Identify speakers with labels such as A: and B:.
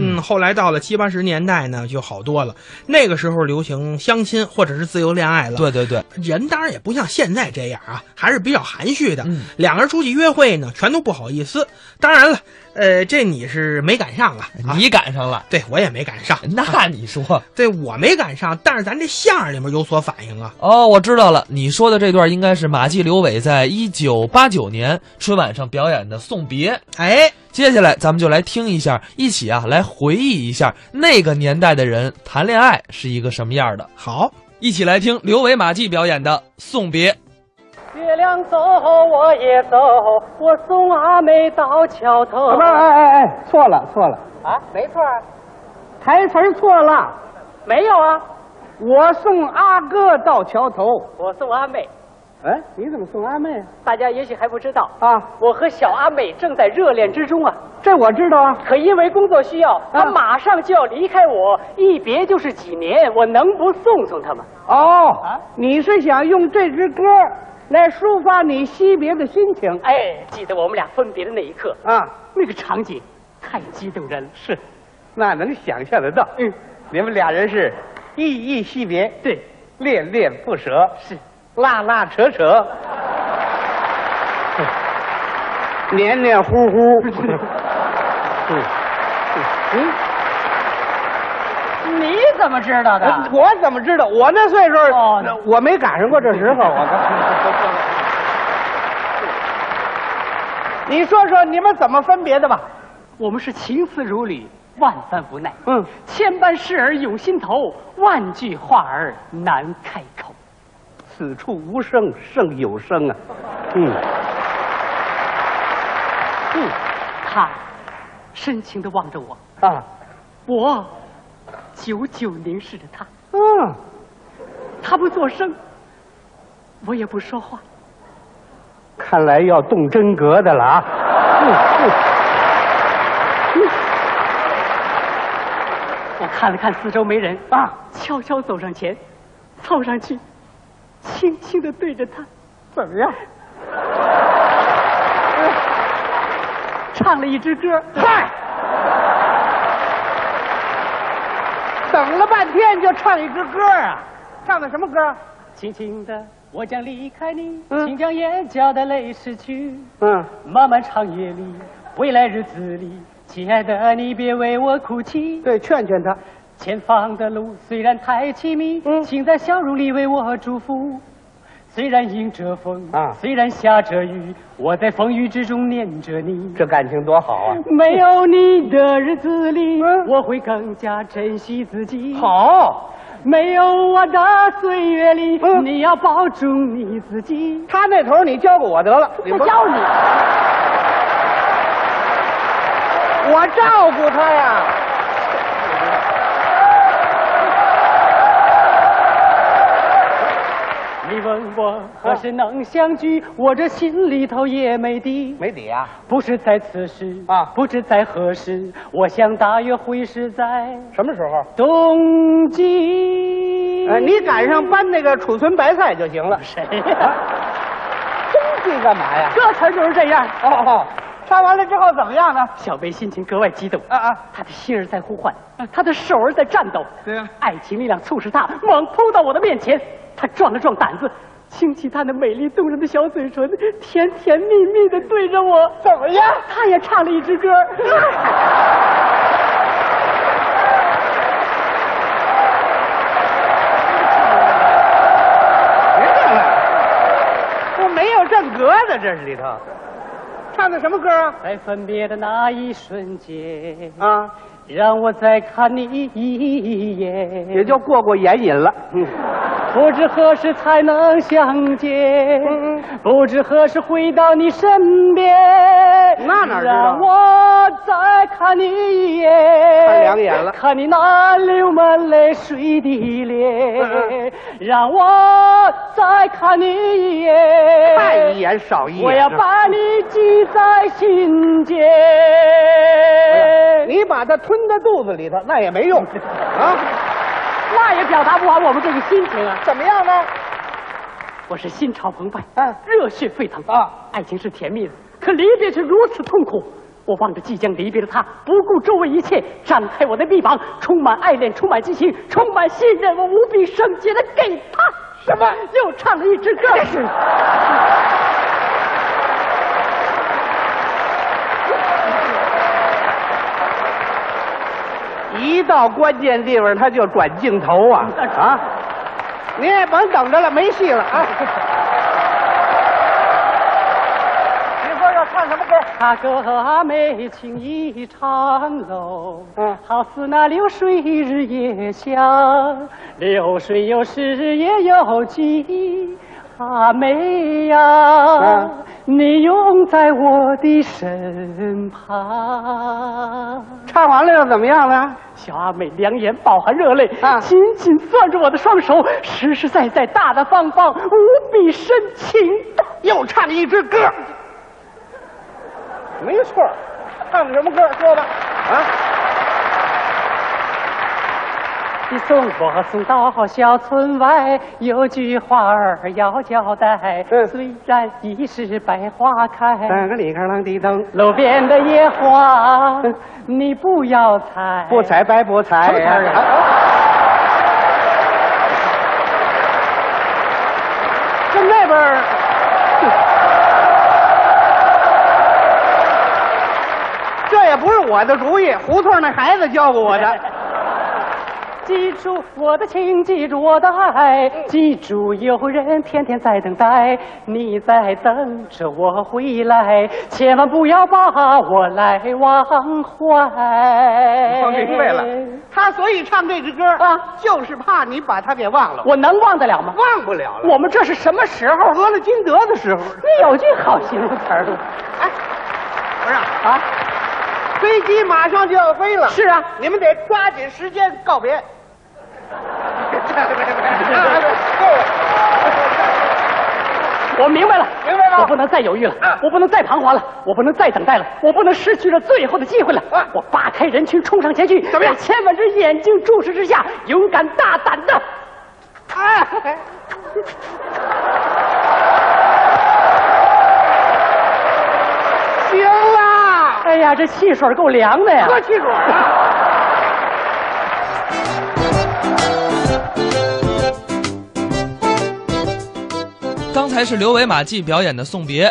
A: 嗯，后来到了七八十年代呢，就好多了。那个时候流行相亲或者是自由恋爱了。
B: 对对对，
A: 人当然也不像现在这样啊，还是比较含蓄的。
B: 嗯
A: 两个人出去约会呢，全都不好意思。当然了，呃，这你是没赶上了 啊，
B: 哎你 赶上了，
A: 对我也没赶上，
B: 那你说
A: 对我没赶上，但是咱这相声里面有所反应啊。
B: 哦，我知道了，你说的这段应该是马季、刘伟在一九八九年春晚上表演的《送别》。
A: 哎，
B: 接下来咱们就来听一下，一起啊来回忆一下那个年代的人谈恋爱是一个什么样的。
A: 好，
B: 一起来听刘伟、马季表演的《送别》。
C: 月亮走，我也走，我送阿妹到桥头。
D: 什么？哎哎哎，错了错了，
C: 啊？没错啊，
D: 台词儿错了。
C: 没有啊，
D: 我送阿哥到桥头。
C: 我送阿妹，
D: 哎，你怎么送阿妹啊？
C: 大家也许还不知道，
D: 啊，
C: 我和小阿妹正在热恋之中啊。
D: 这我知道啊。
C: 可因为工作需要，她马上就要离开我，一别就是几年，我能不送送她吗？
D: 哦，你是想用这支歌来抒发你惜别的心情
C: 哎，记得我们俩分别的那一刻，
D: 啊？
C: 那个场景太激动人了。是，
D: 那能想象得到。
C: 嗯，
D: 你们俩人是依依惜别，
C: 对，
D: 恋恋不舍，
C: 是，
D: 拉拉扯 扯，黏黏糊糊。嗯。
C: 你怎么知
D: 啊
C: 道
D: 我怎么知道？我那岁数儿，
C: 哦
D: 那我没赶上过这时候。 我你说说你们怎么分别的吧？
C: 我们是情丝如缕，万般无奈。
D: 嗯，
C: 千般事儿涌心头，万句话儿难开口。
D: 此处无声胜有声啊。嗯，嗯
C: 他深情地望着我，
D: 啊，
C: 我久久凝视着他，
D: 嗯，
C: 他不作声，我也不说话。
D: 看来要动真格的了啊。嗯嗯
C: 我看了看四周没人，
D: 啊，
C: 悄悄走上前，凑上去，轻轻地对着他，
D: 怎么样？
C: 唱了一支歌。
D: 嗨，等了半天就唱一支歌啊，唱的什么歌？
C: 轻轻地，我将离开你，
D: 嗯
C: 请将眼角的泪拭去。
D: 嗯，
C: 漫漫长夜里，未来日子里，亲爱的你别为我哭泣。
D: 对，劝劝他。
C: 前方的路虽然太凄迷，
D: 嗯
C: 请在笑容里为我祝福。虽然迎着风，
D: 啊
C: 虽然下着雨，我在风雨之中念着你。
D: 这感情多好啊！
C: 没有你的日子里，
D: 嗯
C: 我会更加珍惜自己。，
D: 好，
C: 没有我的岁月里，
D: 嗯
C: 你要保重你自己。
D: 他那头你交给我得了，
C: 我教你，
D: 我照顾他呀。
C: 你问我何时能相聚，我这心里头也没底。
D: 没底啊？
C: 不是在此时
D: 啊
C: 不知在何时，我想大约会是在
D: 什么时候？
C: 冬季。
D: 哎，你赶上搬那个储存白菜就行了。
C: 谁呀、
D: 登记干嘛呀？
C: 这词儿就是这样。
D: 哦哦，唱完了之后怎么样呢？
C: 小贝心情格外激动，
D: 啊啊，
C: 他的心儿在呼唤，他的手儿在颤抖。
D: 对呀
C: 爱情力量促使他猛扑到我的面前，他壮了壮胆子，轻启他那美丽动人的小嘴唇，甜甜蜜蜜的对着我。怎么样？他也唱了一支歌。
D: 别唱了， 这没有正格的这里头。唱的什么歌啊？
C: 在分别的那一瞬间，
D: 啊，
C: 让我再看你一眼，
D: 也就过过眼瘾了。嗯，
C: 不知何时才能相见，
D: 嗯
C: 不知何时回到你身边。
D: 那哪知道
C: 让我再看你一眼，
D: 看两眼了
C: 看你那流满泪水的脸，
D: 嗯
C: 让我再看你一眼，
D: 看一眼少一眼。
C: 我要把你记在心间。
D: 哎你把它吞到肚子里头，那也没 用啊。
C: 那也表达不完我们这个心情啊！
D: 怎么样呢？
C: 我是心潮澎湃，
D: 嗯
C: 热血沸腾
D: 啊！
C: 爱情是甜蜜的，可离别却如此痛苦。我望着即将离别的他，不顾周围一切，展开我的臂膀，充满爱恋，充满激情，充满信任，我无比圣洁的给他什么？又唱了一支歌。
D: 一到关键地方他就转镜头啊啊！你也甭等着了，没戏了啊！你说要唱什么歌？
C: 啊，哥妹情意长喽，
D: 嗯
C: 好似那流水日夜相，流水有时也有际。啊，妹呀、
D: 嗯
C: 你永在我的身旁。
D: 唱完了又怎么样呢？
C: 小阿妹两眼饱含热泪，
D: 啊
C: 紧紧攥住我的双手，实实在在、大大方方、无比深情的。
D: 又唱了一支歌。没错儿，唱的什么歌？说吧。啊，
C: 你送我送到小村外，有句话儿要交代。
D: 嗯
C: 虽然已是百花开，
D: 个里克啷滴噔，
C: 路边的野花
D: 嗯
C: 你不要采，
D: 不才白不才。
C: 什么词儿啊
D: 就那边儿。 这也不是我的主意，胡同那孩子教过我的。
C: 记住我的情，记住我的爱，记住有人天天在等待，你在等着我回来，千万不要把我来忘怀。
D: 我明白了，他所以唱这支歌
C: 啊，
D: 就是怕你把他给忘了，
C: 我能忘得了吗？
D: 忘不了了。
C: 我们这是什么时候？
D: 俄勒金德的时候，
C: 你有句好形容词儿吗？
D: 哎，不是
C: 啊，
D: 飞机马上就要飞了，
C: 是啊，
D: 你们得抓紧时间告别。
C: 我明白了，
D: 明白吗
C: 我不能再犹豫了，
D: 啊
C: 我不能再彷徨了，我不能再等待了，我不能失去了最后的机会了。
D: 啊
C: 我扒开人群冲上前去，
D: 怎么样
C: 在千万只眼睛注视之下，勇敢大胆的。
D: 哎，行啦，
C: 哎呀，这汽水够凉的呀！
D: 喝汽水啊！
B: 刚才是刘维马季表演的《送别》，